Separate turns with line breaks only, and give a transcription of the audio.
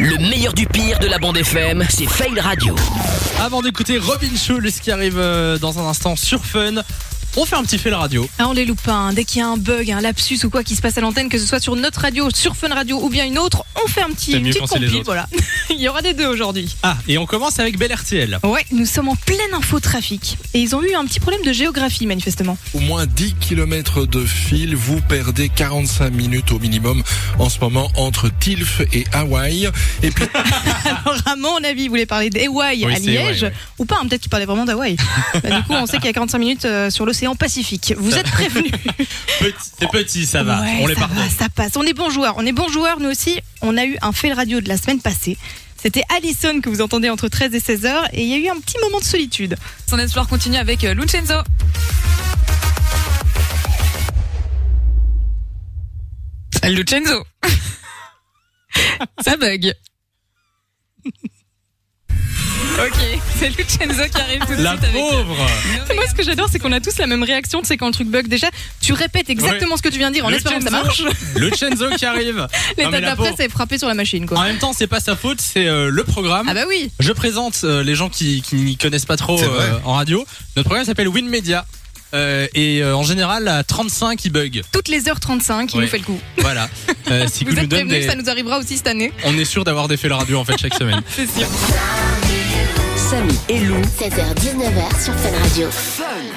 Le meilleur du pire de la bande FM, c'est Fail Radio.
Avant d'écouter Robin Schulz qui arrive euh, dans un instant sur Fun, on fait un petit fail radio.
Ah, on les loupe pas. hein. Dès qu'il y a un bug, un lapsus ou quoi qui se passe à l'antenne, que ce soit sur notre radio, sur Fun Radio ou bien une autre, on fait un petit,
C'est
une
mieux
petite
quand c'est les
compile,
autres.
Voilà. Il y aura des deux aujourd'hui.
Ah, et on commence avec Bel RTL.
Ouais, nous sommes en pleine infotrafic. Et ils ont eu un petit problème de géographie, manifestement.
Au moins 10 km de fil, vous perdez 45 minutes au minimum en ce moment entre Tilf et Hawaï. Et puis
Alors, à mon avis, ils voulaient parler d'Hawaï
Oui,
à
c'est
Liège.
Hawaï, ouais.
Ou pas, hein, peut-être qu'ils parlaient vraiment d'Hawaï. Bah, du coup, on sait qu'il y a 45 minutes euh, sur l'océan Pacifique. Vous êtes prévenus.
Petit- C'est petit, ça va.
Ouais,
on les
ça
pardonne.
va, ça passe. On est bons joueurs. On est bons joueurs, nous aussi. On a eu un fail radio de la semaine passée. C'était Alison que vous entendez entre 13 et 16 heures et il y a eu un petit moment de solitude.
Son espoir continue avec euh, Lucenzo. Lucenzo. Ça bug. Ok, c'est Lucenzo qui arrive tout de
La
suite avec. euh,
pauvre
Et moi, ce que j'adore, c'est qu'on a tous la même réaction. C'est quand le truc bug, déjà, tu répètes exactement ce que tu viens de dire en
Le
espérant que ça
Cenzo.
marche.
Le Chenzo qui arrive
Les
Non, mais la
dates d'après,
pauvre.
c'est frappé sur la machine, quoi.
En même temps, c'est pas sa faute, c'est euh, le programme.
Ah bah oui.
Je présente euh, les gens qui, qui n'y connaissent pas trop
C'est vrai.
euh, en radio. Notre programme s'appelle Win Media. Euh, et euh, en général, à 35, il bug.
Toutes les heures 35, il
Ouais.
nous fait le coup.
Voilà. Euh, si
Vous
nous
êtes
donne
prévenus que
des-
ça nous arrivera aussi cette année.
On est sûr d'avoir des fails radio en fait chaque semaine.
C'est sûr.
Samy et Lou,
16h-19h sur Fun Radio.
16h, 19h sur Fun Radio.